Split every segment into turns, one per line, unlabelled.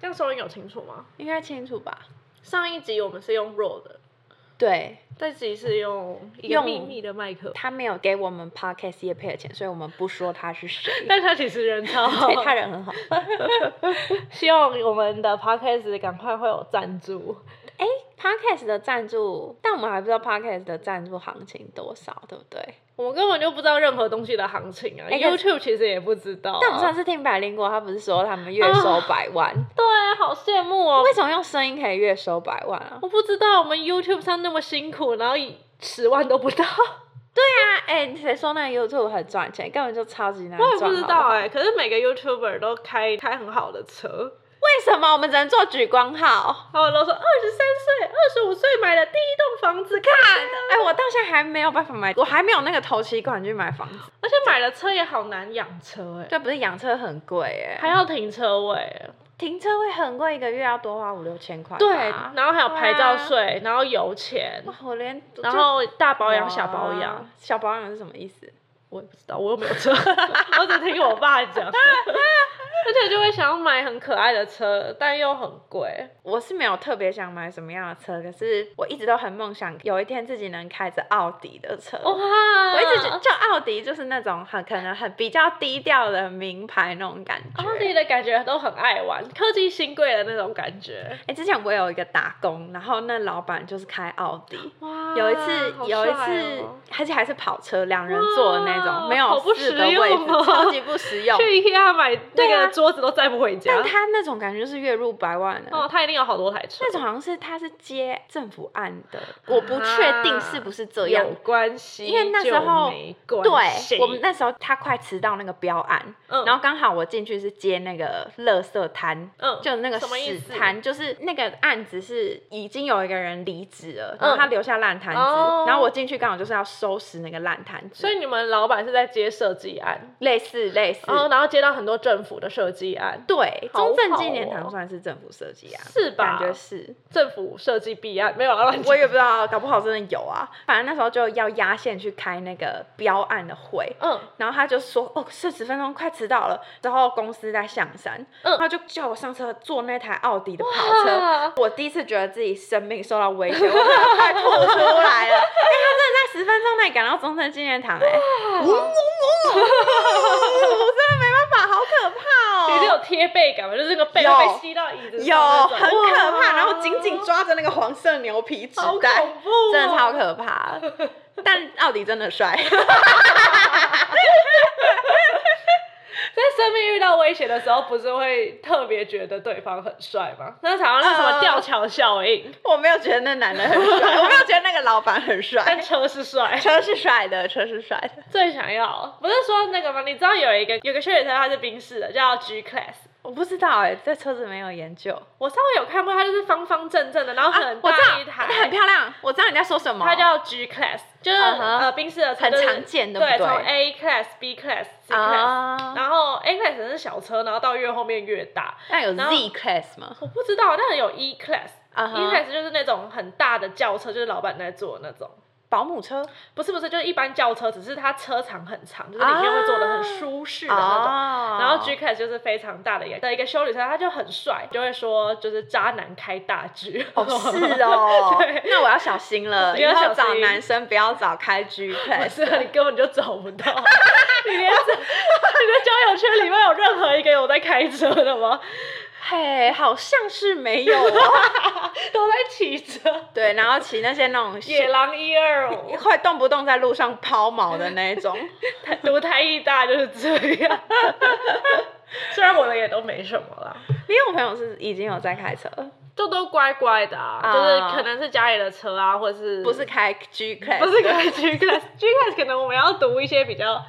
这样收音有清楚吗？
应该清楚吧？
上一集我们是用 RAW 的，
对
这集是用一个
用
秘密的麦克，。
他没有给我们 podcast 业配的钱，所以我们不说他是谁
但他其实人超好，
对，他人 很好。
希望我们的 podcast 赶快会有赞助。
哎，podcast 的赞助，但我们还不知道 podcast 的赞助行情多少，对不对？
我们根本就不知道任何东西的行情啊、
哎
y
可
o u
是
t u b e 其实也不知道啊、
但我们上次听百灵果，他不是说他们月收百 万？
对啊，好羡慕哦！
为什么用声音可以月收百万啊？
我不知道我们 YouTube 上那么辛苦，然后十万都不到，
啊，哎，谁说那个 YouTube 很赚钱？根本就超级难
我也
赚。
不知
好
道
好
哎、可是每个 YouTuber 都开开很好的车，
为什么我们只能做举光号？
然后都说二十三岁、二十五岁买的第一栋房子， 看，
哎，我到现在还没有办法买，我还没有那个头期款去买房子。
而且买了车也好难养车哎、
对，不是养车很贵哎，
还要停车位欸，
停车位很贵，一个月要多花五六千块吧。
对，然后还有
对啊
牌照税，然后油钱，
哇我连
然后大
就
保养、小保养
哇，小保养是什么意思？
我也不知道，我又没有车， 我只听我爸讲， 而且就会想要买很可爱的车，但又很贵。
我是没有特别想买什么样的车，可是我一直都很梦想有一天自己能开着奥迪的车。
哇！我
我一直
嗯
觉就奥迪就是那种很可能很比较低调的名牌那种感觉。
奥迪的感觉都很爱玩，科技新贵的那种感觉。
哎、之前我有一个打工，然后那老板就是开奥迪。
哇
有一次，有一次，而且还是跑车，两人坐的那
哦哇
种，没
好
有
不
四个
实用
位置，
哦
超级不实用。
去 IKEA 买那
对
个
啊
桌子都载不回家
但。他那种感觉就是月入百万的、
啊哦，他一定有好多台车
那。种好像是他是接政府案的，
啊
我不确定是不是这样
有。关系，
因为那时候
就没关系
对，我们那时候他快迟到那个标案，
嗯
然后刚好我进去是接那个垃圾摊，
嗯
就那个
什么意
屎
思
摊，就是那个案子是已经有一个人离职了，然后他留下烂摊子，
嗯哦
然后我进去刚好就是要收拾那个烂摊子，
所以你们老板是在接设计案，嗯
类似类似，
然后然后接到很多政府的设计案，
对，
哦好
中正
好
纪念堂
哦
算是政府设计啊，
是吧
感觉是，
政府设计弊案没有啊乱
我
讲。
也不知道，搞不好真的有啊，反正那时候就要压线去开那个标案的会，
嗯，
然后他就说：“哦，四十分钟快迟到了。”之后公司在象山，
嗯
他就叫我上车坐那台奥迪的跑
哇
车。我第一次觉得自己生命受到威胁，我真的快吐出来了。哎、他真的在十分钟内赶到中正纪念堂、哎，嗡嗡嗡嗡， 我真的没办法，好可怕
你是
哦。
有贴背感吗？就是那个背会被吸到椅子
有
上那
很
种
可怕，
哇
然后紧紧抓着那个黄色牛皮纸
好恐
袋，
怖哦
真的超可 怕。但奥迪真的帅。
在生命遇到威胁的时候，不是会特别觉得对方很帅吗？那常常那什么
呃
吊桥效应，
我没有觉得那男的很帅，我没有觉得那个老板很
但
帅。
车是帅。
车是帅的，车是帅的，
最想要不是说那个吗？你知道有一个有个修理车，它是宾士的，叫 G Class。
我不知道哎、
欸
对车子没有研究。
我稍微有看过，它就是方方正正的，然后很
啊我知
大
道
一，台，
很漂亮，我知道你在说什么。
它叫 G Class，就是、
嗯哼
呃宾士的车，
很
就是
常见对不
对，
对
从 A Class、B Class、C Class，、
啊，
然后 A Class 是小车，然后到越后面越大。
那有 Z
然后
class 吗？
我不知道，但有 E Class。
啊
E
哈
class 就是那种很大的轿车，就是老板在坐的那种，
保姆车
不是不是，就是一般轿车，只是它车长很长，就是里面会坐的很舒适的那种。
哦
然后 G Class 就是非常大的一个的一个修理车，他就很帅，就会说就是渣男开大 G。
哦是 哦
对，
那我要小心了，
你
以
要小心
后找男生不要找开 G
不
class。
是啊，你根本就找不到， 你连这你的交友圈里面有任何一个有在开车的吗？
嘿，好像是没有 哦。
都在骑车，
对，然后骑那些那种
野狼一二五，
会动不动在路上抛锚的那一 种。
台读台艺大就是这样。虽然我的也都没什么啦，
因为我朋友是已经有在开车了，
就都乖乖的啊，
啊
就是可能是家里的车啊，或者是
不是开 G class，
不是 开 G class，G class 可能我们要读一些比较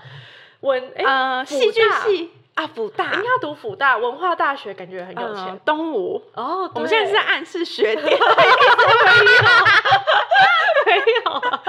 文哎、
呃
辅
戏剧
大
系啊，辅大
应该要读辅大文化大学，感觉很有钱
嗯。东吴。
哦，
我们现在是在暗示学 点，
没有，啊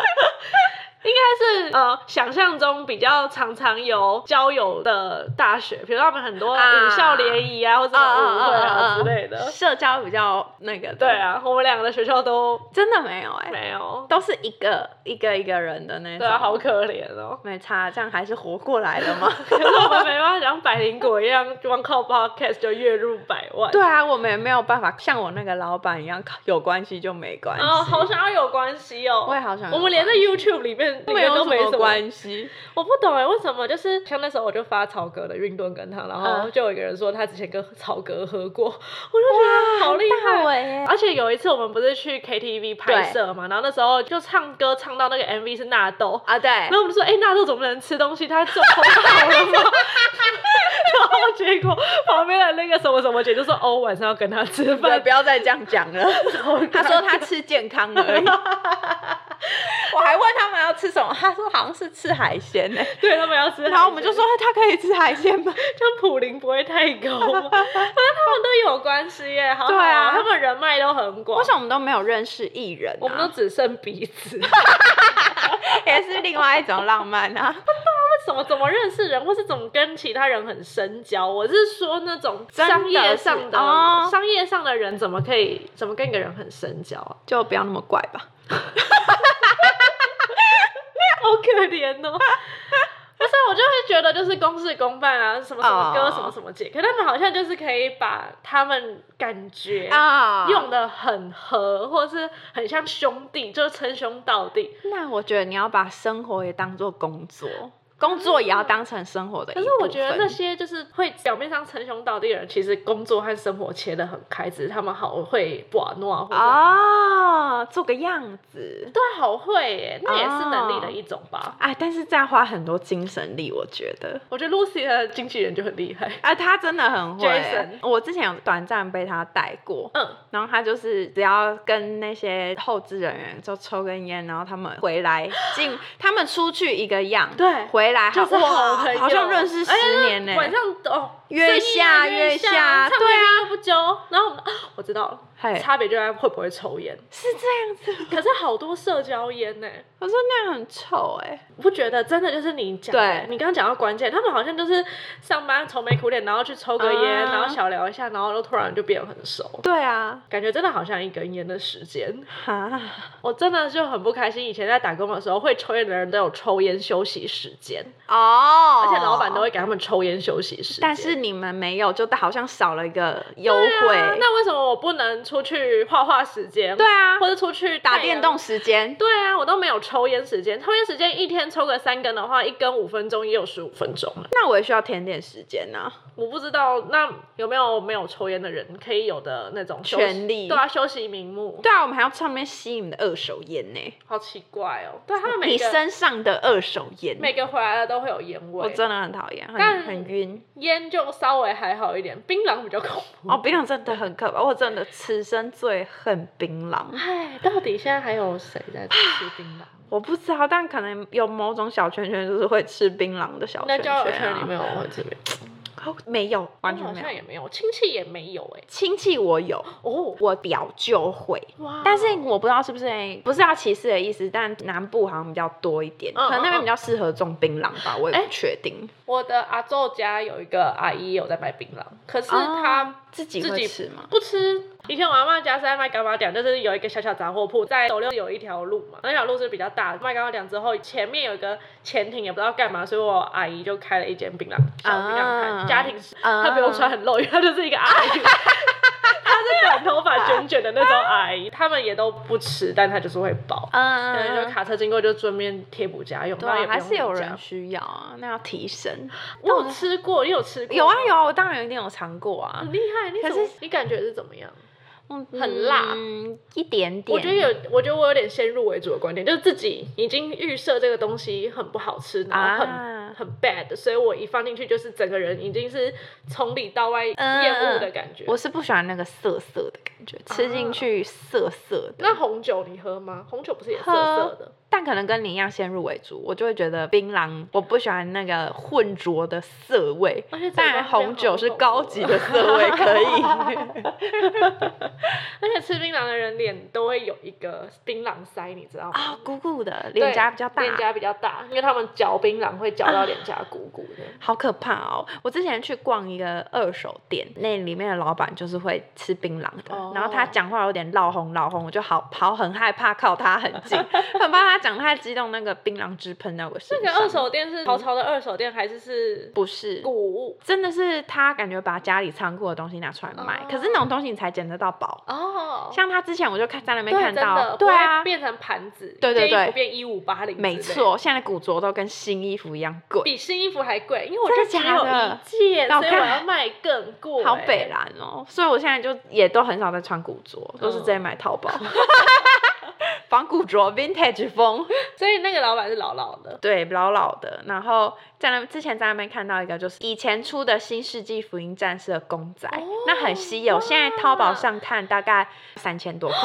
应该是呃想象中比较常常有交友的大学，比如他们很多
啊
啊 五校联谊啊，或者什么舞会啊之类的。
社交比较那个的，
对，啊，我们两个的学校都
真的没有哎、
没有，
都是一个一个一个人的那种，
对啊，好可怜哦。
没差，这样还是活过来了吗？
可是我们没办法像百灵果一样，光靠 podcast 就月入百万。
对啊，我们也没有办法像我那个老板一样，有关系就没关系。
哦，好想要有关系哦。
我也好想有
我们连在 YouTube 里面
没有
都
什
没什
么
么
关系，
我不懂哎，为什么就是像那时候我就发曹格的运动跟他，然后
嗯
就有一个人说他之前跟曹格合过，我就觉得好厉害。
哎、
而且有一次我们不是去 KTV 拍摄嘛，然后那时候就唱歌唱到那个 MV 是纳豆，
啊，对
然，后我们就说哎纳豆怎么能吃东西？他中风好 了吗？然后结果旁边的那个什么什么姐就说哦晚上要跟他吃
对，
饭，
不要再这样讲 了。他说他吃健康而已。我还问他们要吃什么，他说好像是吃海鲜呢、
对他们要吃海鲜，
然后我们就说他可以吃海鲜吗？
像普林不会太高吗？反正 他们都有关系耶，好好
对啊
他们人脉都很广。
为什么我们都没有认识艺人、啊？
我们都只剩彼此， 为
也是另外一种浪漫 啊。
什么怎么认识人，或是怎么跟其他人很深交？我是说那种
真的
商业
是
上的
哦
商业上的人怎么可以怎么跟一个人很深交 啊？
就不要那么怪吧。
好可怜哦。 不是，我就会觉得就是公事公办啊，什么什么歌，
哦
什么什么姐，可他们好像就是可以把他们感觉
啊
用的很合，或是很像兄弟，就是称兄道弟。
那我觉得你要把生活也当做工作，工作也要当成生活的一
可
部分。
是我觉得那些就是会表面上称兄道弟的人，其实工作和生活切得很开，只是他们好会把弄啊，或者、
哦，做个样子。
对，啊好会耶，那也是能力的一种吧。
哎，但是这样花很多精神力，我觉得。
我觉得 Lucy 的经纪人就很厉害，
啊，他真的很会。欸
Jason
我之前有短暂被他带过，
嗯，
然后他就是只要跟那些后置人员就抽根烟，然后他们回来进，他们出去一个样，
对
回来
就是
哇
好朋友，
好像认识
而且
十
是
年呢、欸
晚上哦，
约
深夜
下
约
约下
唱
对啊
歌又不揪，然后我们啊我知道了，
嘿
差别就在会不会抽烟，
是这样子。
可是好多社交烟呢。
我说那样很臭哎、
不觉得真的就是你讲的，
对
你刚刚讲到关键，他们好像就是上班愁眉苦脸，然后去抽个烟，
啊
然后小聊一下，然后就突然就变得很熟。
对啊，
感觉真的好像一根烟的时间，
哈，
我真的就很不开心。以前在打工的时候，会抽烟的人都有抽烟休息时间，
哦，
而且老板都会给他们抽烟休息时间。
但是你们没有，就好像少了一个优
对
惠。
啊，那为什么我不能出去画画时间？
对啊
或者出去
打
太阳
电动？时间，
对啊，我都没有抽烟时间。抽烟时间一天抽个三根的话，一根五分钟也有十五分钟啊。
那我也需要甜点时间啊呢、
我不知道那有没有没有抽烟的人可以有的那种休息
权利
对啊，休息名目，
对啊，我们还要上面吸你们的二手烟呢、
好奇怪哦。对他们每
你
个
身上的二手烟，
每个回来了都会有烟
我
味，
真的很讨厌，
但
很很晕。
烟就稍微还好一点，槟榔比较恐怖。
哦，槟榔真的很可怕，我真的此生最恨槟榔。
哎，到底现在还有谁在吃槟榔？
我不知道，但可能有某种小圈圈就是会吃槟榔的 小
那
圈
交
圈、
友圈里
啊。
面我会这边，
哦没有，完
我
全
好
没
像
有。
也没有，亲戚也没有哎。
亲戚我有，
哦，
我表舅会。
哇
但是我不知道是不是不是要歧视的意思，但南部好像比较多一点，
嗯
可能那
嗯嗯
边比较适合种槟榔吧，我也
哎
不确定。
我的阿昼家有一个阿姨有在卖槟榔，可哎是她
哦自己
自己
会吃吗？
不吃。以前我阿妈家是在卖干妈店，就是有一个小小杂货铺，在斗六有一条路嘛，那条路是比较大。卖干妈店之后，前面有一个潜艇，也不知道干嘛，所以我阿姨就开了一间槟榔小槟榔摊，
啊
家庭式。
啊
她不用穿很露，因为她就是一个阿姨，她是短头发卷卷的那种阿姨。他们也都不吃，但她就是会包。
嗯，
对，就卡车经过就顺便贴补家用，
对
然后
啊
也，不
还
用
是有
回家
人需要啊，那要提升。
我有吃过，你有吃过？
有啊有啊，我当然一定有尝过啊
很，厉害。你
可
怎么
是
你感觉是怎么样？
嗯
很辣
嗯，一点点。
我觉得有，我觉得我有点先入为主的观点，就是自己已经预设这个东西很不好吃，然后很、
啊
很 bad，所以我一放进去就是整个人已经是从里到外厌恶的感觉。
我是不喜欢那个涩涩的感觉，吃进去涩涩的。
啊那红酒你喝吗？红酒不是也涩涩的？
但可能跟你一样先入为主，我就会觉得槟榔，我不喜欢那个浑浊的涩味
而且。嘴巴
但红酒是高级的涩味，可以。
而且吃槟榔的人脸都会有一个槟榔腮，你知道吗？
啊，鼓鼓的，脸颊比较大。
脸颊比较大，因为他们嚼槟榔会嚼到到脸颊鼓鼓 的。
好可怕哦！我之前去逛一个二手店，那里面的老板就是会吃槟榔的
哦
然后他讲话有点闹哄闹哄，我就好好很害怕靠他很近，很怕他讲太激动，那个槟榔汁喷到我身
那
上。
个二手店是曹操的二手店，还是是
不是
古物？
真的是他感觉把家里仓库的东西拿出来卖
哦
可是那种东西你才捡得到宝。
哦，
像他之前我就看在那边
对
看
真的
到，
不
对啊
会，变成盘子，
对对
一件衣
对
服变一五八零，
没，错，现在的古着都跟新衣服一样贵，
比新衣服还贵，因为我
真
就
的
只
假
有
的
一件，
那我
所以我
看
要卖更贵，
好北蓝哦。所以我现在就也都很少在穿古着，都是直
嗯
接买淘宝， 仿古着 vintage 风，
所以那个老板是老老的，
对，老老的。然后在那之前在那边看到一个，就是以前出的新世纪福音战士的公仔，
哦
那很稀有，
哇
现在淘宝上看大概三千多 块，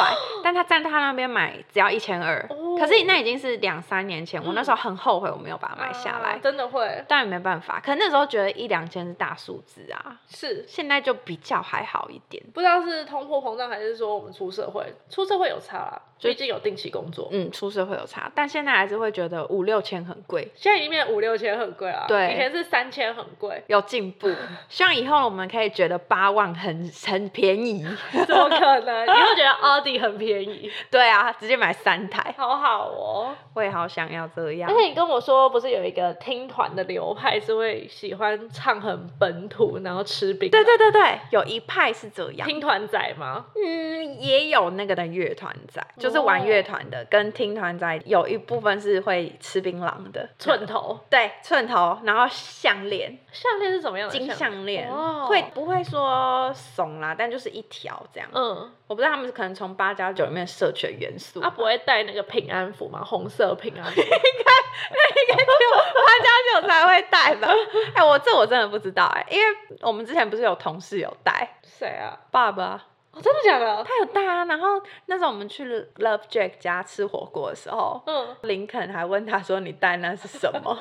但他在他那边买只要一千二
哦，嗯
可是那已经是两三年前，我那时候很后悔我没有把它买下来
啊。真的会
但也没办法，可能那时候觉得一两千是大数字啊，
是。
现在就比较还好一点。
不知道是通货膨胀还是说我们出社会，出社会有差啦，
就
毕竟有定期工作，
嗯，出社会有差，但现在还是会觉得五六千很贵，
现在已经变五六千很贵啦，
对，
以前是三千很贵
有进步。 希望以后我们可以觉得八万很很便宜。
怎么可能？ 你会觉得奥迪很便宜，
对啊，直接买三台，
好好哦。
我也好想要这样
而。且你跟我说，不是有一个听团的流派是会喜欢唱很本土，然后吃饼，
对对对对，有一派是这样，
听团仔吗？
嗯，也有那个的乐团仔，
哦
就是玩乐团的，跟听团仔有一部分是会吃槟榔的，
寸头
对寸头，然后项链，
项链是什么样的？
金项链
哦
会不会说怂啦？但就是一条这样。
嗯，
我不知道他们可能从八加九里面摄取的元素。
他、不会戴那个平安符吗？红色平 安符，
应该只有八加九才会戴 吧？哎、我这我真的不知道哎、因为我们之前不是有同事有戴
谁啊？
爸爸，
哦，真的假的？
他有戴啊。然后那时候我们去 Love Jack 家吃火锅的时候，
嗯，
林肯还问他说：“你戴那是什么？”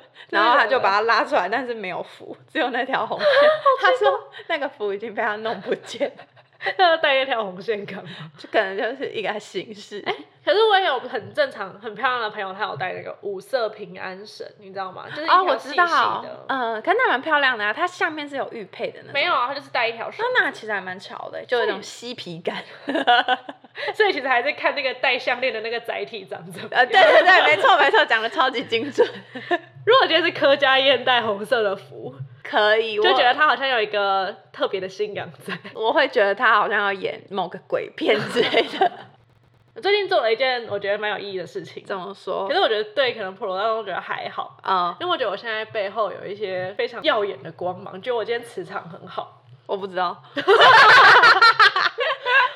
然后他就把它拉出来，但是没有符，只有那条 红线。他说那个符已经被他弄不见了，
那戴一条红线干嘛？
就可能就是一个形式。
可是我也有很正常、很漂亮的朋友，她有戴那个五色平安绳，你知道吗？就是一
哦，我
条细
知
细
道
的，
嗯，可是那蛮漂亮的啊，它下面是有玉佩的那种。
没有，啊，她就是戴一条绳
那，那其实还蛮潮的，就有一种嬉皮感。
所以其实还在看那个戴项链的那个载体长怎么样。
呃，对对对，没错没错，讲的超级精准。
如果今天是柯佳燕戴红色的服，
可以，
就
我
觉得她好像有一个特别的信仰在。
我会觉得他好像要演某个鬼片之类的。
我最近做了一件我觉得蛮有意义的事情，
怎么说
可？是我觉得对可能普罗大众觉得还好，
嗯，
因为我觉得我现在背后有一些非常耀眼的光芒，就我今天磁场很好。
我不知道。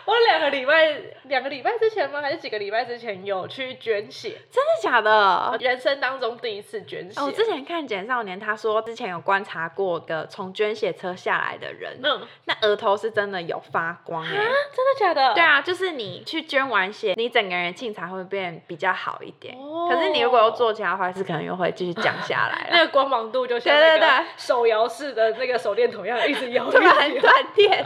我两个礼拜，两个礼拜之前吗？还是几个礼拜之前有去捐血？
真的假的？
人生当中第一次捐血。
哦我之前看《简少年》，他说之前有观察过个从捐血车下来的人，
嗯啊，
那额头是真的有发光哎、
真的假的？
对，啊，就是你去捐完血，你整个人气才会变比较好一点。
哦
可是你如果又做其他坏事，可能又会继续降下来 啦，
那个光芒度就像那
对对
个手摇式的那个手电筒一样，一直摇。
突然断电。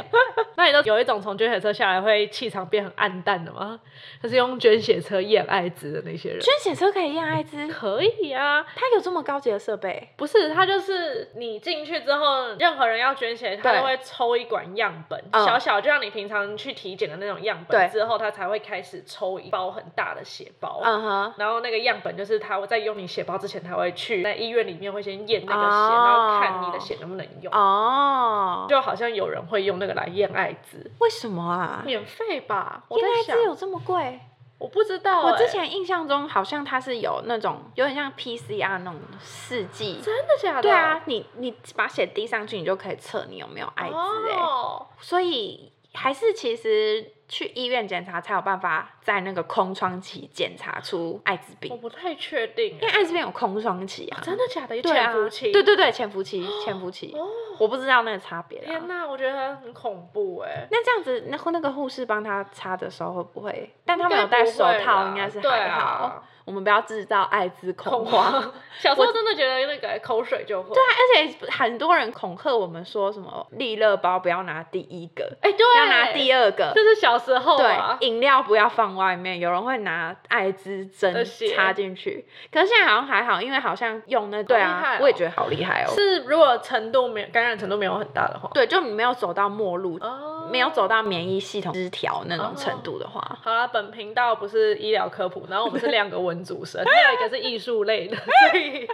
那你都有一种从捐血车下来会气场变很暗淡的吗？就是用捐血车验艾滋的那些人。
捐血车可以验艾滋，
可以啊，
它有这么高级的设备？
不是，他就是你进去之后，任何人要捐血，他
对
都会抽一管样本，
嗯
小小就像你平常去体检的那种样
对
本，之后他才会开始抽一包很大的血包。
嗯哼，
然后那个样本就是他会在用你血包之前，他会去在医院里面会先验那个血，
哦
然后看你的血能不能用。
哦，
就好像有人会用那个来验艾滋，
为什么啊？
免费吧？我
验
在
艾
想
滋，有这么贵？
我不知道欸、
我之前印象中好像它是有那种有点像 PCR 那种试剂，
真的假的？
对啊，你你把血滴上去，你就可以测你有没有艾滋哎、
哦
所以还是其实去医院检查才有办法在那个空窗期检查出艾滋病
我，不太确定
因
欸、
为艾滋病有空窗期啊，
真的假的？
对
潜
啊，
伏期？
对对对，潜伏期，潜伏期，
哦，
我不知道那个差别
天
啦。
哪，我觉得很恐怖哎。
那这样子，那那个护士帮他擦的时候会不会？但他们有
应该不
戴手
会
套，
啦
应该是
对
还好。
啊
我们不要制造艾滋恐
恐
慌。
慌，小时候真的觉得那个口水就会。
对啊， 而且很多人恐吓我们说什么利乐包不要拿第一个，
哎、对，
要拿第二个
这。是小时候啊，
对，饮料不要放外面，有人会拿艾滋针
的血
插进去。可是现在好像还好，因为好像用那对
好厉害哦，
啊我也觉得好厉害哦。
是如果程度没有感染程度没有很大的话，
对，就没有走到末路，
哦
没有。走到免疫系统失调那种程度的话，
好了，本频道不是医疗科普，然后我们是两个文主 生，还有一个是艺术类的，所以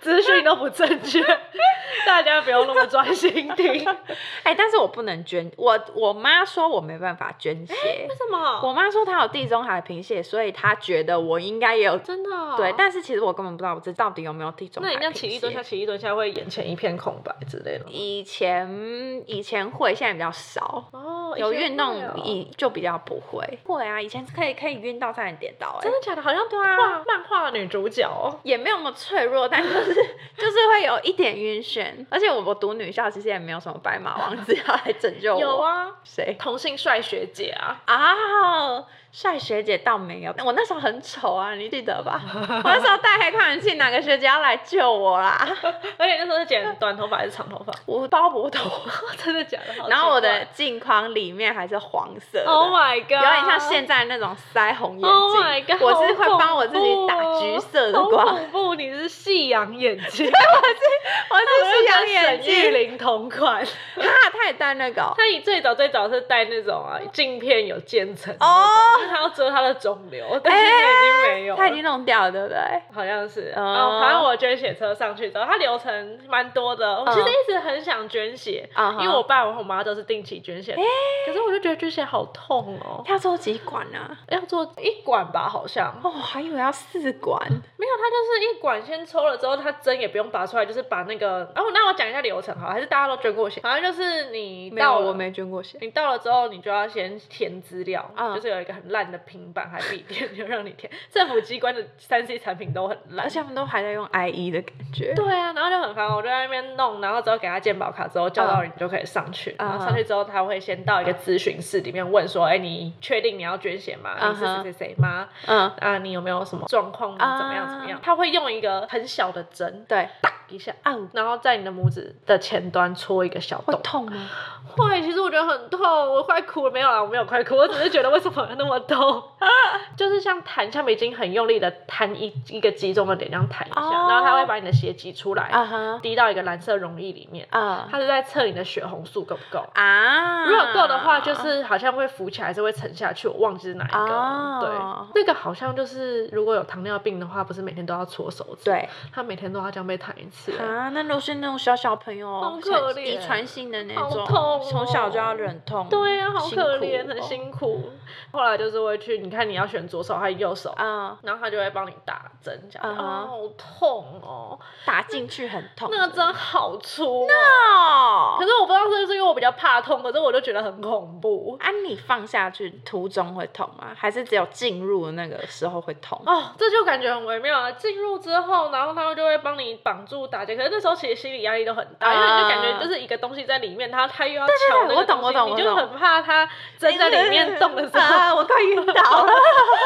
资讯都不正确，大家不用那么专心听。 为
哎、但是我不能捐，我我妈说我没办法捐血，
什么？
我妈说她有地中海贫血，所以她觉得我应该也有。
真的哦、
对，但是其实我根本不知道我这到底有没有地中
那
海
你这
贫血。
样起立蹲下，起立蹲下会眼前一片空白之类的吗。
以前以前会，现在比较少。
哦
有
以前
运动
会哦
以就比较不会。会啊，以前可以可以晕到差点跌倒、欸，
真的假的？好像
对啊
画漫画女主角哦。
也没有那么脆弱，但就是 就是会有一点晕眩。而且我我读女校，其实也没有什么白马王子要来拯救我。
有，啊，
谁？
同性帅学姐啊，
啊，帅学姐倒没有，我那时候很丑啊，你记得 吧？我那时候戴黑框眼镜，哪个学姐要来救我啦？
而且那时候是剪短头发还是长头发？
我包脖头，
真的假的？好
然后我的
奇
镜框里面还是黄色
怪
的。
，Oh my god，
有点像现在那种腮红眼镜
Oh my god！
我是会
好恐怖哦哦
帮我自己打橘色的光，
好 恐怖！你是夕阳眼 镜，
我只是养眼
沈玉
镜，
玲同 款。
哈，他也戴那个哦，
他以最早最早是戴那种啊镜片有渐层的
哦哎
那种，因为他要遮他的肿瘤，但现在已经没有了，啊
他已经弄掉了，对不对？
好像是，
哦
然后反正我捐血车上去之后，它流程蛮多的。我其实
嗯
一直很想捐血，
啊哈哎
因为我爸和我妈都是定期捐血，可是我就觉得捐血好痛哦，
他做几管啊？
要做一管吧，好像
哦，我还以为要四管，
没有，它就是一管先抽了之后，它针也不用拔出来，就是把那个。哦，那我讲一下流程好了，还是大家都捐过血？反正就是你
没有，
到了
我没捐过血。
你到了之后，你就要先填资料，
嗯
就是有一个很烂的平板还笔电，就让你填。 政府机关的三 C 产品都很烂
而，且他们都还在用 IE 的感觉，
对啊，然后就很烦，我就在那边弄，然后之后给他健保卡之后叫到人，你就可以上去。
嗯
然后上去之后，他会先到一个咨询室里面问说：“哎、你确定你要捐血吗？
嗯
你是谁
哼
谁谁吗？
嗯，
啊，你有没有什么状况？你
啊
怎么样怎么样？”他会用一个很小的针
对，
打一下。
啊，
然后在你的拇指的前端戳一个小
会
洞，
痛吗？
会，其实我觉得很痛，我快哭了。没有啦，我没有快哭，我只是觉得为什么那么痛， 就是像弹橡皮筋很用力的弹一一个击中的点，这样弹一下，
哦
然后它会把你的血挤出来，
啊哈，
滴到一个蓝色溶液里面，
啊
它是在测你的血红素够不够。
啊，
如果够的话，就是好像会浮起来，还是会沉下去，我忘记是哪一个。
哦
对，那个好像就是如果有糖尿病的话，不是每天都要搓手指，
对
他每天都要这样被弹一次。欸
啊，那都是那种小小朋友，
好可怜
遗传性的那
好
种，
痛哦
从小就要忍痛，
对呀、好
辛苦
可怜，很
哦
辛苦。后来就是会去，你看你要选左手还是右手，
啊，
然后他就会帮你打针，这样、
嗯哼
啊，好痛哦，
打进去很痛，
那个针好粗哦、
哦
可是我不知道是不是因为我比较怕痛，可是我就觉得很恐怖
啊，你放下去途中会痛吗？还是只有进入那个时候会痛？
哦，这就感觉很微妙啊。进入之后，然后他们就会帮你绑住打结，可是那时候其实心理压力都很大，因为你就感觉就是一个东西在里面，然后他又要敲那
啊我
个
懂
东西，
我懂
你
我
就
懂
很怕它针在里面动的时候，
啊，我快晕倒了。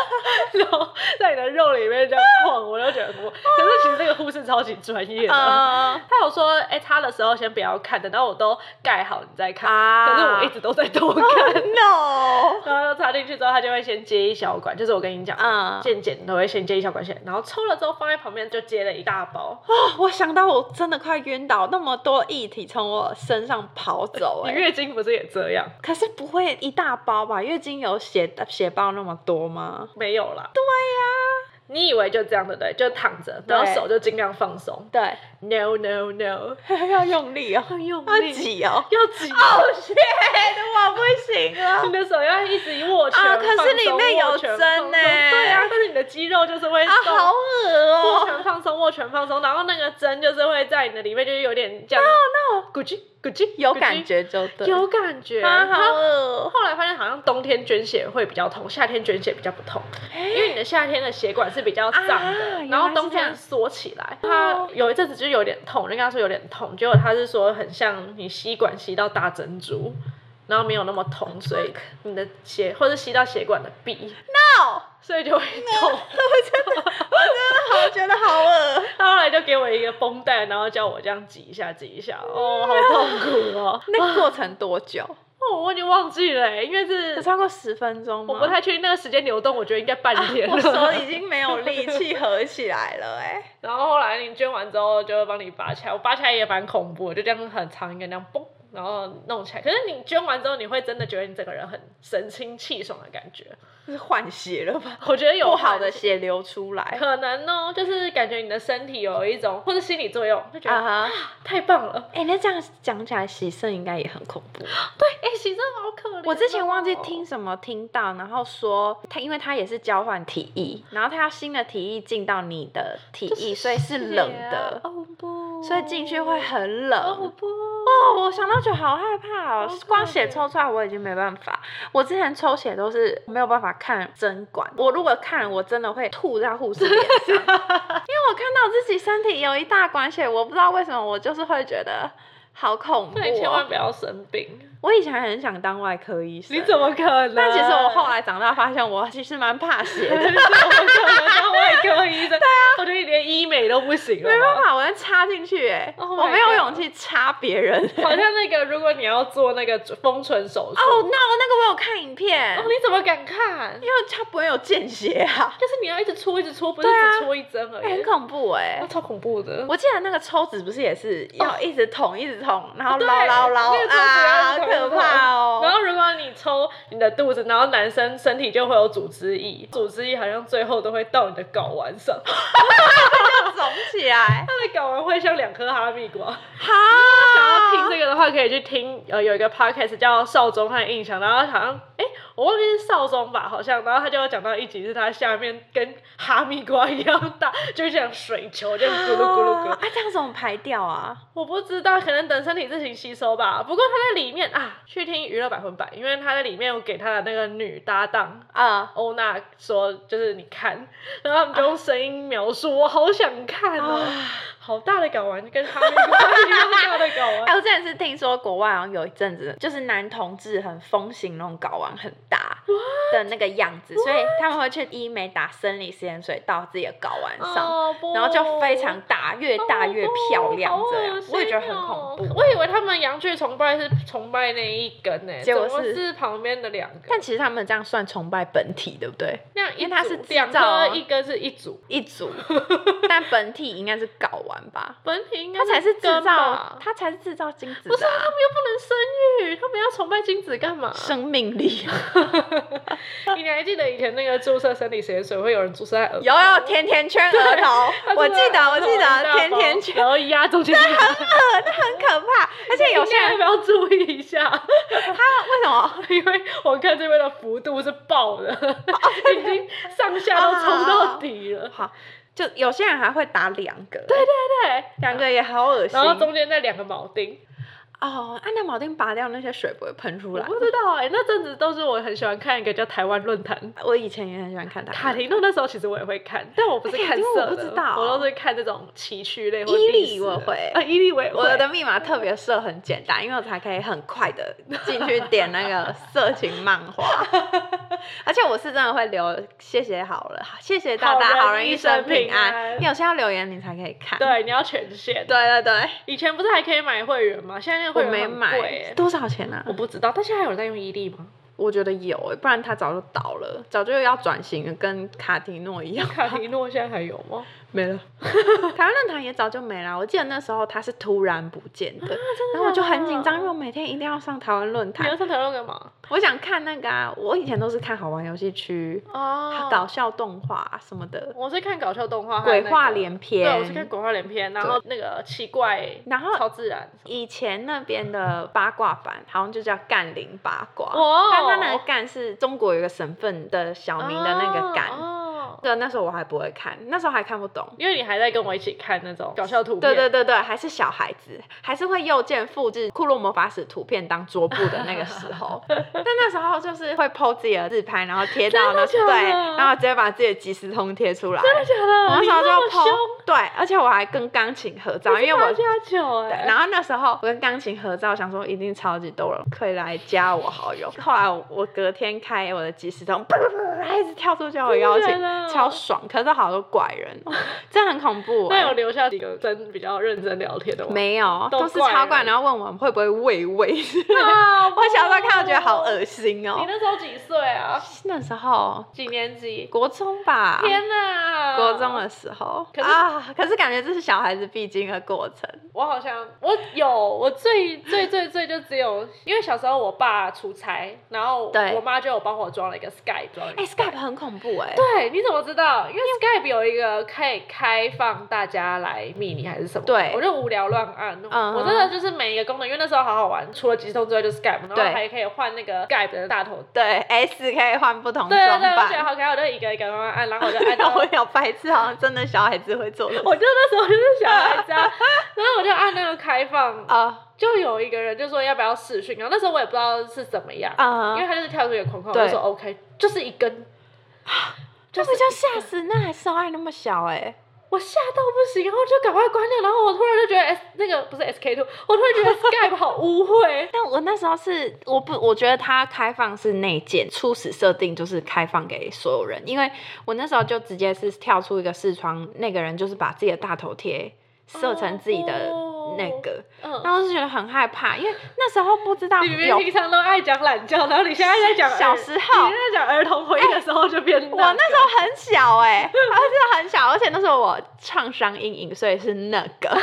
然后在你的肉里面这样晃，我就觉得 我。可是其实这个护士超级专业的。
啊
他有说，哎、擦的时候先不要看，等到我都盖好你再看。
啊
可是我一直都在偷看，
，no！
然后插进去之后，他就会先接一小管，就是我跟你讲，
嗯
健检都会先接一小管线，然后抽了之后放在旁边就接了一大包。
哦，我想到我真的快晕倒，那么多液体从我身上跑走、
你
哎，
月经不是也这样？
可是不会一大包吧？月经有血呃血包那么多吗？
没有啦。对呀、你以为就这样对不对？就躺着，
对
然后手就尽量放松。
对，
No no no，
要用力哦，
要用
要
力，
挤 哦。
要挤。
哦，谢，我不行
你
了。
的手要一直握拳，
啊可是
放松
里面有
握拳
针
放松
呢
对啊，但是你的肌肉就是会
啊，
动
好恶
握
哦、
拳放松，握拳放松，然后那个针就是会在你的里面，就是有点这样，
no
咕叽咕叽，
啊有
咕叽
感，觉就对。
有感觉。
啊，好
它
恶哦、
后来发现好像冬天捐血会比较痛，夏天捐血比较不痛，因为你的夏天的血管是比较胀
啊
的，
原
然后
来是
冬
这样
天缩起来。他
哦
有一阵子就有点痛，就跟他说有点痛，结果他是说很像你吸管吸到大珍珠。然后没有那么痛，所以你的血或者吸到血管的壁，
No，
所以就会 痛。
我真的好觉得好恶。
他后来就给我一个绷
。
带，然后叫我这样挤一下挤一下，哦，好痛苦哦
那过程多久？
我哦，我已经忘记了欸，因为
有
啊
是
超过十分钟吗？
我不太确定那个时间流动，我觉得应该半天
我
了。
手已经没有力气合起来了、哎，
然后后来你捐完之后，就会帮你拔起来。我拔起来也蛮恐怖的，就这样很长一根这样嘣，然后弄起来。可是你捐完之后，你会真的觉得你整个人很神清气爽的感觉。
是换血了吧？
我觉得有
不好的
缓解
血流出来。
可能哦，就是感觉你的身体有一种或者心理作用，就觉
啊
得、
哈！
太棒了。
哎、那这样讲起来，喜肾应该也很恐怖。
哎、其实好可怜哦。
我之前忘记听什么听到，然后说他，因为他也是交换体液，然后他要新的体液进到你的体
就
液，所以是
血
冷
啊
的，
哦不，
所以进去会很
哦
冷。
不，
哦，我想到就好害怕哦
好可！
光血
怜
抽出来我已经没办法，我之前抽血都是没有办法看针管，我如果看我真的会吐在护士脸 上，因为我看到自己身体有一大管血，我不知道为什么我就是会觉得好恐怖、
那你千万
哦。
不要生病。
我以前很想当外科医生，
么可能？
但其实我后来长大发现，我其实蛮怕 血的。
我可能当外科医生。对啊，我觉得你连医美都不行了。
没办法，我能插进去哎、
Oh my
我没有
God
勇气插别人、
好像那个，如果你要做那个封唇手术，
哦、no，那个我有看影片，
哦你怎么敢看？
因为它不会有见血啊，
就是你要一直戳，一直戳，不是
对啊
只戳一针而
哎
已
很，恐怖哎、
那超恐怖的。
我记得那个抽纸不是也是要一直捅、一直捅，然后
对
捞捞捞
那个抽纸
啊，
要
好
一直捅
可怕哦、
然后如果你抽你的肚子，然后男生身体就会有组织液，组织液好像最后都会到你的睾丸上，
肿起来，
它的睾丸会像两颗哈密瓜。
好。
想要听这个的话，可以去听呃有一个 podcast 叫《少中和印象》，然后好像哎、我忘记是少中吧，好像，然后他就有讲到一集是他下面跟哈密瓜一样大，就是像水球这样咕噜咕噜咕噜
啊，这样怎么排掉啊？
我不知道，可能等身体自行吸收吧。不过他在里面啊，去听娱乐百分百，因为他在里面有给他的那个女搭档。
啊、
欧娜说：“就是你看，然后他们就用声音描述，我好想看哦，
啊
好大的睾丸，跟哈密瓜一样大的睾
哎、
丸。
我之前是听说国外好像有一阵子，就是男同志很风行那种睾丸很大的那个样子，所以他们会去医美打生理食盐水到自己的睾丸上，
哦不
然后就非常大，越大越漂亮
哦
这样，
好恶心
我也觉得很
哦
恐怖。
我以为他们阳具崇拜是崇拜那一根呢、
结果
怎么
是
是旁边的两
但
根，
其实他们这样算崇拜本体，对不对？
那样一
因为它是
组
制
两
造啊
颗，一根是一组，
一组，但本体应该是睾丸吧？
本体应该
它才是制
根
造
吧，
它才是制造精子
不是
的
啊、
啊、
他们又不能生育，他们要崇拜精子干嘛？
生命力。啊
你还记得以前那个注射生理盐水会有人注射在耳
有有甜甜 圈额头，我记得我记得
哦
甜甜圈
然后压中 间，而
很 可怕，而且有些人
要不要注意一下？
为什么？
因为我看这边的幅度是爆的，
哦
已经上下都冲到底了。
好，就有些人还会打两个，对，
对，
两个也好恶心。
然后中间再两个铆钉，
哦，按那铆钉拔掉，那些水不会喷出
我
来。
不知道哎、那阵子都是我很喜欢看一个叫台湾论坛。
我以前也很喜欢看它。
卡廷诺那时候其实我也会看，但我不是
哎
看
因为
色
我
的，
不知道
我都是看这种奇趣类或
伊利
历史的
我会
啊，伊利我也会。
我的密码特别设很简单，因为我才可以很快的进去点那个色情漫 画，而且我是真的会留谢谢好了，谢谢大大
好人
好人一
一生
生平
平
安。
安
你有些要留言你才可以看。
对，你要权限。
对对对，
以前不是还可以买会员吗？现在那个
我
会
没
员很贵
买
欸、
多少钱啊
我？不知道，但现在还有人在用伊利吗？
我觉得有诶、不然他早就倒了，早就要转型了，跟卡提诺一样
卡提诺现在还有吗？
没 了。台湾论坛也早就没了，我记得那时候他是突然不见的， 然后我就很紧张，因为我每天一定要上台湾论
你要
坛，
上台湾干嘛？
我想看那个啊，我以前都是看好玩游戏区、
啊
搞笑动画、啊、什么的，
我是看搞笑动画，还有
鬼
那
话
个
连
哦对，我是看
篇。
鬼话连篇，然后那个奇怪，
然后
超自然。
以前那边的八卦版好像就叫干林八卦，
哦
但他那个干是中国有一个省份的小名的那个干。
哦，哦
对，那时候我还不会看，那时候还看不懂。
因为你还在跟我一起看那种搞笑图片，
对对对对，还是小孩子，还是会右键复制《库洛魔法使》图片当桌布的那个时 候。但那时候就是会 PO 自己的自拍，然后贴到那
真的假的
对，然后直接把自己的即时通贴出来。
真的假的？
我那
你
时候就
那么
PO
凶，
对，而且我还跟钢琴合照，因为我
八。加九
对
哎，
然后那时候我跟钢琴合照，想说一定超级多人可以来加我好友。后来我我隔天开我的即时通，啦一直跳出去我邀
真
请
的假，哦的
超爽。可是好多怪人哦，真的很恐怖
那有
哎。
留下几个真比较认真聊天的吗？
没有，
都
都是
怪
超怪人，
人
然后问我们会不会喂喂。 我
啊，我
小时候看，我觉得好恶心
你
哦。
那时候几岁啊？
那时候
几年级？
国中吧，
天哪！
国中啊的时候
可是
啊，可是感觉这是小孩子必经的过程。
我好像我有，我最最最最就只有，因为小时候我爸出差，然后
对
我妈就有帮我装了一个 Skype 装。
哎，Skype 很恐怖哎。
对，你怎么知道？因为 Skype 有一个可以开放大家来密你还是什么？
对
我就无聊乱按。
嗯
我真的就是每一个功能，因为那时候好好玩，除了即时通之外就是 Skype，然后
对
还可以换那个 Skype 的大头。
对，S 可以换不同
对啊
装
对对，我觉得
扮。
好可爱，我就一个一个慢慢按，然后 我就按到
让我有白痴，好像真的小孩子会做的事。
我就那时候就是小孩子啊， 然后我就按那个开放，
啊
就有一个人就说要不要试训，然后那时候我也不知道是怎么样，
啊
因为他就是跳出一个框框，我
对
就说 OK，就是一 根，就
这
是
不叫吓死，那还伤害那么小哎、
我吓到不行，然后就赶快关掉，然后我突然就觉得 S 那个不是 SK two，我突然觉得 Skype 好污 秽，
但我那时候是，我不，我觉得它开放是内建，初始设定就是开放给所有人，因为我那时候就直接是跳出一个视窗，那个人就是把自己的大头贴设成自己的那个，
嗯。
然后就觉得很害怕，因为那时候不知道
你明明
有
平常都爱讲懒觉，然后你现在在讲
小
儿
时候哎
你在讲儿童回忆的时候就 变
我那时候很小哎、欸，我真的很小，而且那时候我创伤阴影，所以是那个。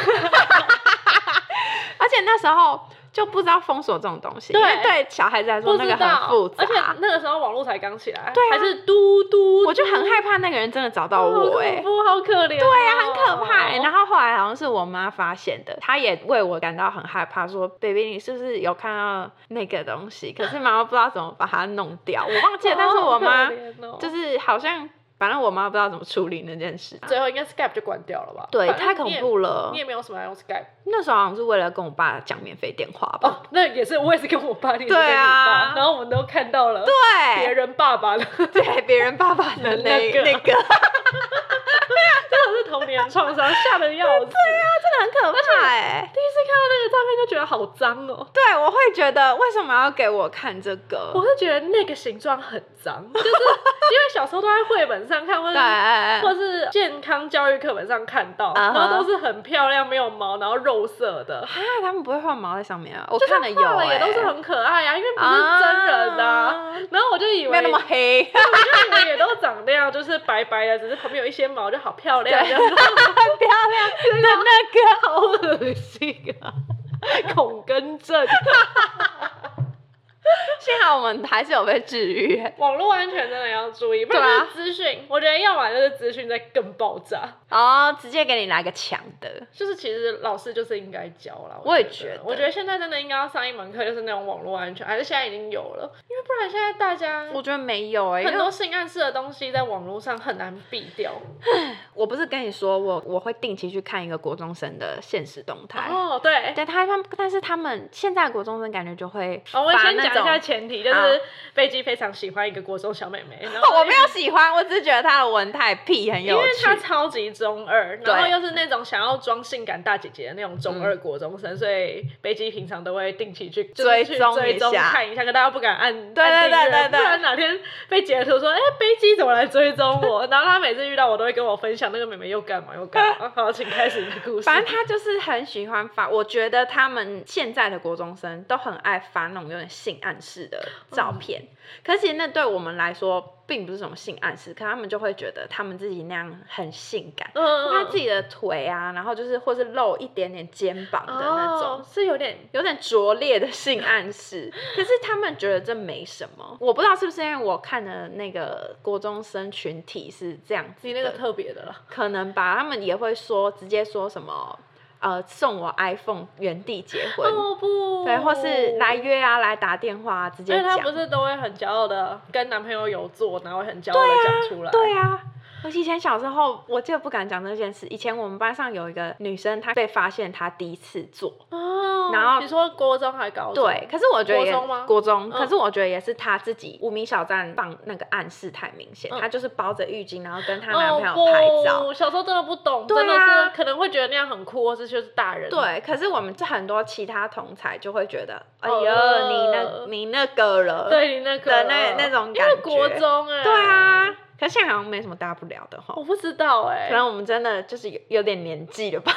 而且那时候就不知道封锁这种东西，因为
对
对小孩子来说
不
那
知
个
道，
很复
而且
杂，
那个时候网络才刚起来，
对啊
还是嘟嘟，
我就很害怕那个人真的找到我哎、
好恐怖，好可怜、哦对
对呀、很可怕、欸。然后后来好像是我妈发现的，她也为我感到很害怕，说：“baby，你是不是有看到那个东西？”可是妈妈不知道怎么把它弄掉，我忘记了。但是我
哦
妈就是是好像，反正我妈不知道怎么处理那件事。
最后应该 Skype 就关掉了吧？
对，
反正
太恐怖了。
你也。你也没有什么要用 Skype
那时候好像是为了跟我爸讲免费电话吧。
哦，那也是我也是跟我爸，你 也是
对
跟你
啊
爸，然后我们都看到了别
对，
人爸爸 的，
对，别人爸爸的那
那个
那个，
真的是童年创伤，吓得要死。
真的很可怕哎。
第一次看到那个照片就觉得好脏哦，
对，我会觉得为什么要给我看这
我
个？
是觉得那个形状很脏， 就是因为小时候都在绘本上看，或者是
对，
或是健康教育课本上看到，
啊
然
哈
后都是很漂亮，没有毛，然后肉色的，
啊，他们不会画毛在上面啊？我
就
看
算
了有、
画了
欸，
也都是很可爱呀、啊因为不是真人的啊、
啊
然后我就以为
没有那么 黑，
我就以为也都长那样，就是白白的，只是旁边有一些毛，就好漂亮，
对
这 样子
很漂亮的那 个，
好恶心啊！恐根症，
幸好我们还是有被治愈、欸。
网络安全真的要注意，不
对啊
然就是资讯，我觉得要么就是资讯在更爆炸。
哦，直接给你来个强的，
就是其实老师就是应该教啦，
我也觉
觉
得
我觉得现在真的应该要上一门课，就是那种网络安全，还是现在已经有了，因为不然现在大家
我觉得没有哎、欸，
很
因为
多性暗示的东西在网络上很难避掉。
我不是跟你说我我会定期去看一个国中生的现实动态。
哦，对，
哎对他们，但是他们现在国中生感觉就会
哦，我
发
先
那
讲
种
一下前提，就
好
是贝基非常喜欢一个国中小妹妹，然后
我没有喜欢，我只是觉得他的文太屁很
哦因
有
为
趣
她。超级中二，然后
对嗯
又是那种想要装性感大姐姐的那种中二国中生，所以贝基平常都会定期去就是
追
去
踪一
追踪
下
看一下，可大家不敢按
对
按订阅
对对对对
不然哪天被截图说，哎，贝基怎么来追踪我？ 然后她每次遇到我都会跟我分享那个妹妹又干嘛又干嘛。好，请开始你的故事。
反正他就是很喜欢发，我觉得他们现在的国中生都很爱发那种有点性暗示的照片，
嗯
可是其实那对我们来说并不是什么性暗示，可他们就会觉得他们自己那样很性感，
嗯
他自己的腿啊，然后就是或是露一点点肩膀的那种，
哦是有点
有点拙劣的性暗示，可是他们觉得这没什么。我不知道是不是因为我看的那个国中生群体是这样子
你
的，
那个特别的了。
可能吧，他们也会说直接说什么呃送我 iPhone 原地结婚，
哦不，
对，或是来约啊，来打电话啊，直接
因为
讲
她。不是都会很骄傲的跟男朋友有做，然后会很骄傲的讲出来。
对啊，我以前小时候，我就不敢讲这件事。以前我们班上有一个女生，她被发现她第一次做，
哦
然后
你说国中还高中？
对，，可是我觉得也
国中吗
国中
嗯
可是我觉得也是她自己无名小站放那个暗示太明显，
嗯
她就是包着浴巾，然后跟她
哦
男朋友拍照。
不小时候真的不懂，
对啊
真的是可能会觉得那样很酷，或是就是大人。，
对，可是我们这很多其他同才就会觉得，哎
哦
呦，你那你那个了，
对你那个
的那那种
因为
感觉
国中哎、
对，啊。可现在好像没什么大不了的哈
我，不知道哎、
可能我们真的就是有有点年纪了吧。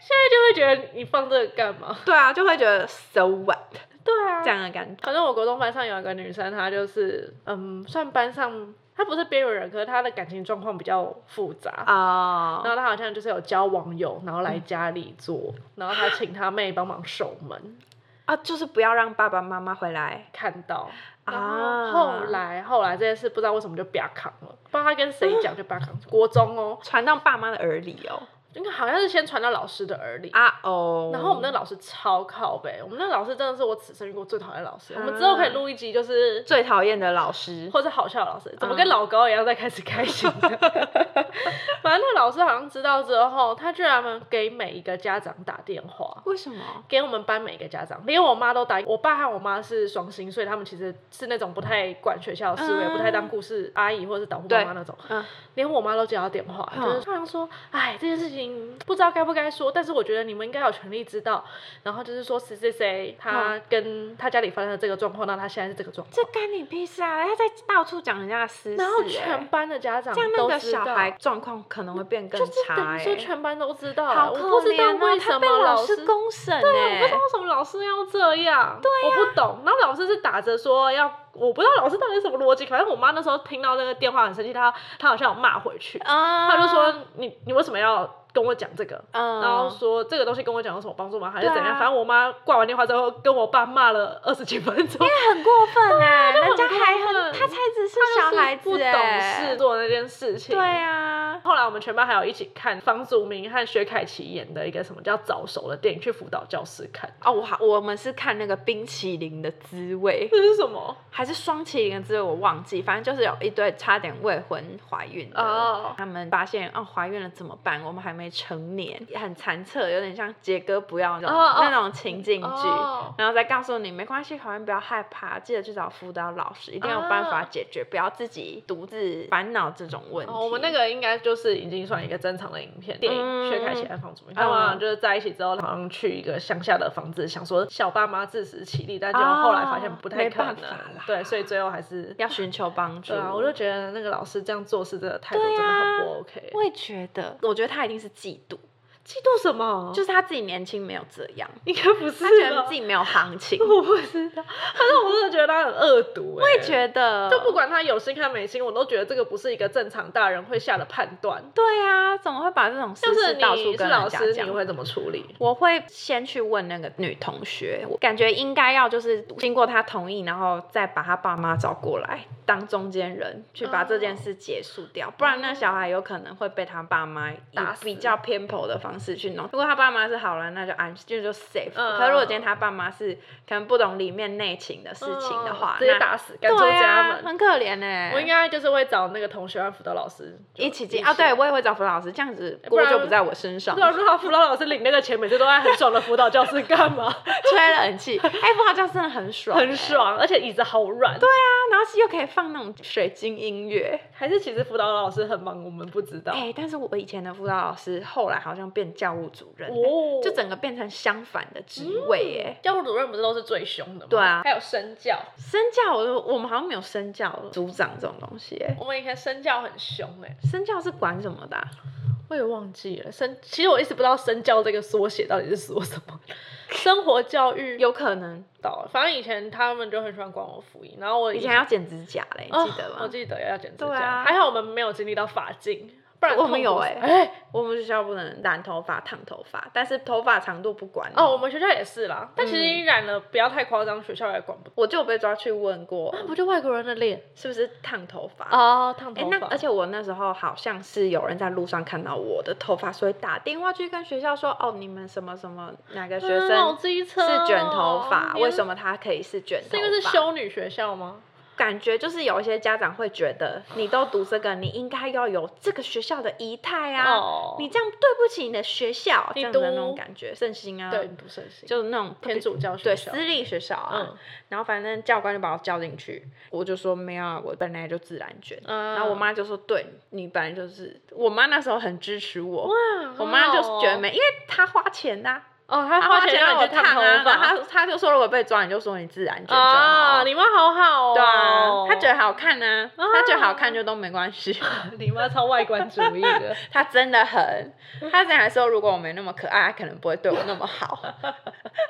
现在就会觉得你放这个干 嘛？
对啊，就会觉得 so what
对啊，
这样的感觉。
反正我国中班上有一个女生，她就是嗯，算班上她不是边缘人，可是她的感情状况比较复杂。
哦、
然后她好像就是有交网友，然后来家里做，然后她请她妹帮忙守门，
啊，就是不要让爸爸妈妈回来
看到。然
啊
后后来后来这件事不知道为什么就不要扛了，不知道她跟谁讲就不要扛。国中哦，
传到爸妈的耳里哦。
应该好像是先传到老师的耳里。
啊哦，
然后我们那个老师超靠背，我们那个老师真的是我此生遇过最讨厌的老
啊
师。我们之后可以录一集，就是
最讨厌的老师
或者好笑的老师，怎么
嗯
跟老高一样在开始开 心？反正那个老师好像知道之后，他居然给每一个家长打电话，
为什么？
给我们班每一个家长，连我妈都打。我爸和我妈是双薪，所以他们其实是那种不太管学校的事，我也
嗯
不太当故事阿姨或者是导护妈妈那种。
嗯，
连我妈都接到电话，
嗯
就是突然说，哎，这件事情不知道该不该说，但是我觉得你们应该有权利知道。然后就是说谁谁谁，
嗯
他跟他家里发生了这个状况，那他现在是这个状况。
这干你屁事啊！他在到处讲人家的私事、欸，
然后全班的家长
这样那
都
个
知道
小孩状况可能会变更
就是等
差、
于
欸，
说全班都知道，
好
我
可
不知道
怜哦
啊为
他
什
被
么
老
师。
师公审
对，我不
哎、
知道为什么老师要这样，对、我不懂。然后老师是打着说要，我不知道老师到底是什么逻辑。反正我妈那时候听到那个电话很生气，她她好像有骂回去，
啊
她就说呃你你为什么要跟我讲这个？
嗯，
然后说这个东西跟我讲有什么帮助吗？还是
对啊
怎样？反正我妈挂完电话之后跟我爸骂了二十几分钟，
很过分哎、
啊就很
人家还
过分
很，他才只是
她就是
小孩子、
不懂
欸
事做那件事情。
对啊，
后来我们全班还有一起看房祖名和薛凯琪演的一个什么叫《早熟》的电影，去辅导教室看。
哦，我好，我们是看那个冰淇淋的滋味，
这是什么？
还是双麒麟的滋味，我忘记，反正就是有一对差点未婚怀孕的。
哦
他们发现哦，怀孕了怎么办？我们还没成年，很残测，有点像杰哥不要那种、
哦哦
那种情境剧
哦
然后再告诉你没关系，怀孕不要害怕，记得去找辅导老师，一定要有办法
啊
解决，不要自己独自烦恼这种问题。
哦，我们那个应该就是已经算一个正常的影片电影，
嗯
薛凯琪和房祖名他们好像就是在一起之后，好像去一个乡下的房子，想说小爸妈自食其力，但结果后来发现不太可能
没办法啦，
对，所以最后还是
要寻求帮助。
对啊，我就觉得那个老师这样做事真的态度
对
真的
啊
很不 OK。
我也觉得，我觉得他一定是嫉妒，
嫉妒什么？
就是他自己年轻没有这样，
应该不哦 是啊
他觉得
吧
自己没有行情。
我不知道，反正我真的觉得他很恶毒、欸。我
我也觉得，
就不管他有心还没心，我都觉得这个不是一个正常大人会下的判断。
对啊，怎么会把这种
就
私
是
事到处
你是
跟
老
人家
师，你
讲？
会怎么处理？
我会先去问那个女同学，我感觉应该要就是经过她同意，然后再把她爸妈找过来当中间人，去把这
哦
件事结束掉，不然那小孩有可能会被他爸妈以
打死
比较偏颇的方式去弄。如果他爸妈是好人，那就安就就 safe、
嗯
可是如果今天他爸妈是可能不懂里面内情的事情的话，
嗯直
那
接打死，赶出
对
家
啊
门。，
很可怜哎、
我应该就是会找那个同学和啊辅导老师，
一起进
一
啊！
起
对，我也会找辅导老师，这样子
不
锅
然
就不在我身上
不。然如果辅导老师领那个钱，每次都在很爽的辅导教室干嘛？
吹冷气，哎、不好教真的很爽，
很爽，而且椅子好软。对，
啊，然后又可以放那种水晶音乐，
还是其实辅导老师很忙，我们不 知道。
哎、但是我以前的辅导老师后来好像变教务主任、
哦嗯
就整个变成相反的职位、哎、
教务主任不是都是最凶的吗？
对啊
还有身教，
身教我都我们好像没有身教组长这种东西、哎，
我们以前身教很凶哎、
身教是管什么的啊、
我也忘记了身，其实我一直不知道身教这个缩写到底是说什么。 生活教育又
有可能
到了，反正以前他们就很喜欢管我福音，然后我
以前要剪指甲嘞，你
哦
记得吗？
我记得要剪指甲，
对啊
还好我们没有经历到发禁，不然
我们有
哎、
欸我们学校不能染头发、烫头发，但是头发长度不管
哦，我们学校也是啦，但其实染了不要太夸张，学校也管不。
我就有被抓去问过，
那不就外国人的脸
是不是烫头发？
哦，烫
哎、
头
那
发，
而且我那时候好像是有人在路上看到我的头发，所以打电话去跟学校说，哦，你们什么什么哪个学
嗯好
生
机车
是卷头发，为什
么？
么他可以是卷头
是
发？
因为是修女学校吗？
感觉就是有一些家长会觉得，你都读这个，你应该要有这个学校的仪态啊，
哦，
你这样对不起你的学校，这
你
样的那
读
种感觉，圣心啊，
对，，你读圣心，
就是那种特别
天主教学
对
校
私，立学校啊，
嗯
然后反正教官就把我叫进去，我就说没有啊，我本来就自然卷。
嗯
然后我妈就说：“对你本来就是，我妈那时候很支持我，
哇，
我妈就
好好
觉得没，因为她花钱的、啊，
哦，她
她
花钱
钱让
让
我
你去烫
烫
头
啊，然后
发
她她就说如果被抓，你就说你自然卷就好。
啊，你妈好好哦，
对啊，她觉得好看呢、
哦
她觉得好看就都没关 系。
得你妈超外观主义的，
她真的很，她之前还说如果我没那么可爱，她可能不会对我那 么好，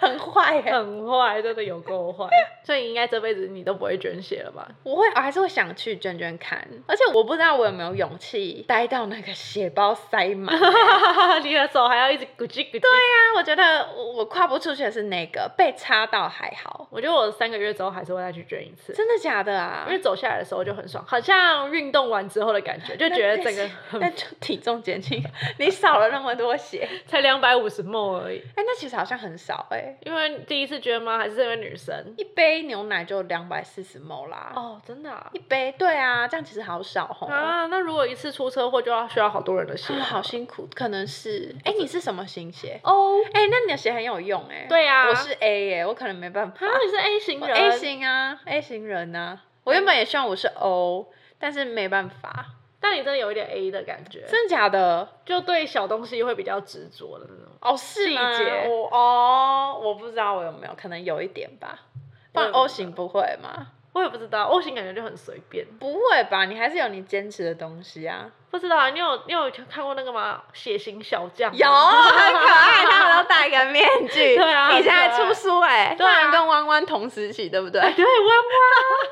很坏耶。
很坏，真的有够坏，所以应该这辈子你都不会捐血了吧？
我会，我还是会想去卷卷看，而且我不知道我有没有勇气待到那个血包塞满。对
你的手还要一直咕叽咕叽。对，
啊，我觉得我我跨不出去的是那个被插到还好，
我觉得我三个月之后还是会再去捐一次，
真的假的啊
因？为走下来的时候就很爽，好像运动完之后的感觉，就觉得整个
那那就体重减轻，你少了那么多血。
才两百五十 ml 而已。
哎、那其实好像很少哎、
因为第一次捐吗？还是因为女生？
一杯牛奶就两百四十 ml 啦。
哦，真的啊
一杯，对啊，这样其实好少吼。
啊！那如果一次出车祸就要需要好多人的血
啊，，好辛苦，可能是。哎、你是什么型血？
哦。
哎、那你的血很有用哎、
对啊，
我是 A 耶、我可能没办法。
啊，你是 A 型
我
人
A，型啊，A 型人啊。我原本也希望我是 O，但是没办法，
但你真的有一点 A 的感觉，
真的假的？
就对小东西会比较执着的那种。
哦，是吗
细节
我哦，我不知道我有没有，可能有一点吧。不然
我也
O
不知道
型不会吗？
我也不知道，O 型感觉就很随便。
不会吧？你还是有你坚持的东西啊。
不知道啊，你有你有看过那个吗？血型小将吗
有，很 可爱，他们都戴一个面 具。
对啊
以前还
很可爱
出书哎、
对啊
他们跟弯弯同时期，对不对？
对，弯弯，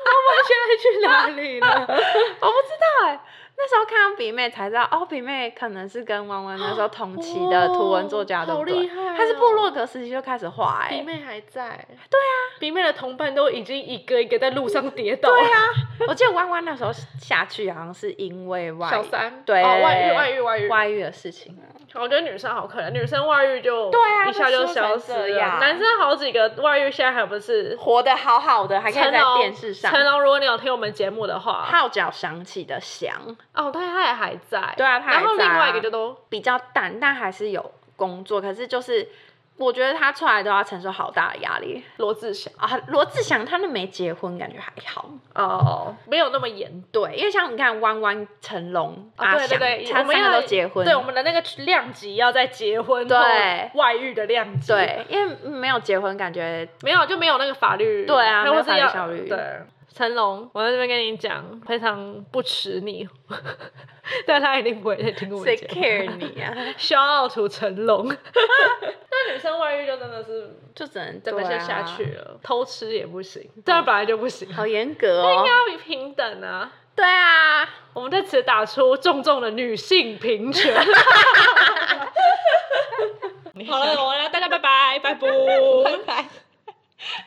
弯弯现在去哪里 了？
我不知道哎、那时候看到比妹才知道，哦，比妹可能是跟弯弯那时候同期的图文作家，
哦
对
好
不
厉
对？
害、哦！
她是部落格时期就开始画哎、
比妹还在，对啊，比妹的同伴都已经一个一个在路上跌倒，
对啊，我记得弯弯那时候下去好像是因为外
小三
对、
哦外遇外遇外遇
外遇的事情啊。
我觉得女生好可怜，女生外遇就
对啊
一下就消失
就说成这
了，
样
男生好几个外遇现在还不是
活得好好的，还可以
成
在
龙
电视上。
成龙，如果你有听我们节目的话，
号角响起的响，
哦，对，他也还在，
对啊他还
然后
在
另
啊
外一个就都
比较淡，但还是有工作。可是就是，我觉得他出来都要承受好大的压力
罗志祥，
啊。罗志祥他们没结婚，感觉还好。
哦，没有那么严
对，因为像你看弯弯、成龙、
哦
阿
对对对，
翔，他
我们
三个
要
都结婚。
对我们的那个量级要在结婚后
对
外遇的量级，，
对，因为没有结婚，感觉
没有就没有那个法律，
对啊
它
没有
或是
法律
要
效率
对，成龙，我在这边跟你讲，非常不耻你， 但他一定不会再听我们
谁
讲。
care 你啊？
笑傲出成龙，那女生外遇就真的是
就只能
整个
对
就
啊
下去了，偷吃也不行，这样本来就不行，
好严格
应
哦
该。要平等啊。
对啊，
我们在此打出重重的女性平权。好了，我们来大家拜拜，拜拜。
拜。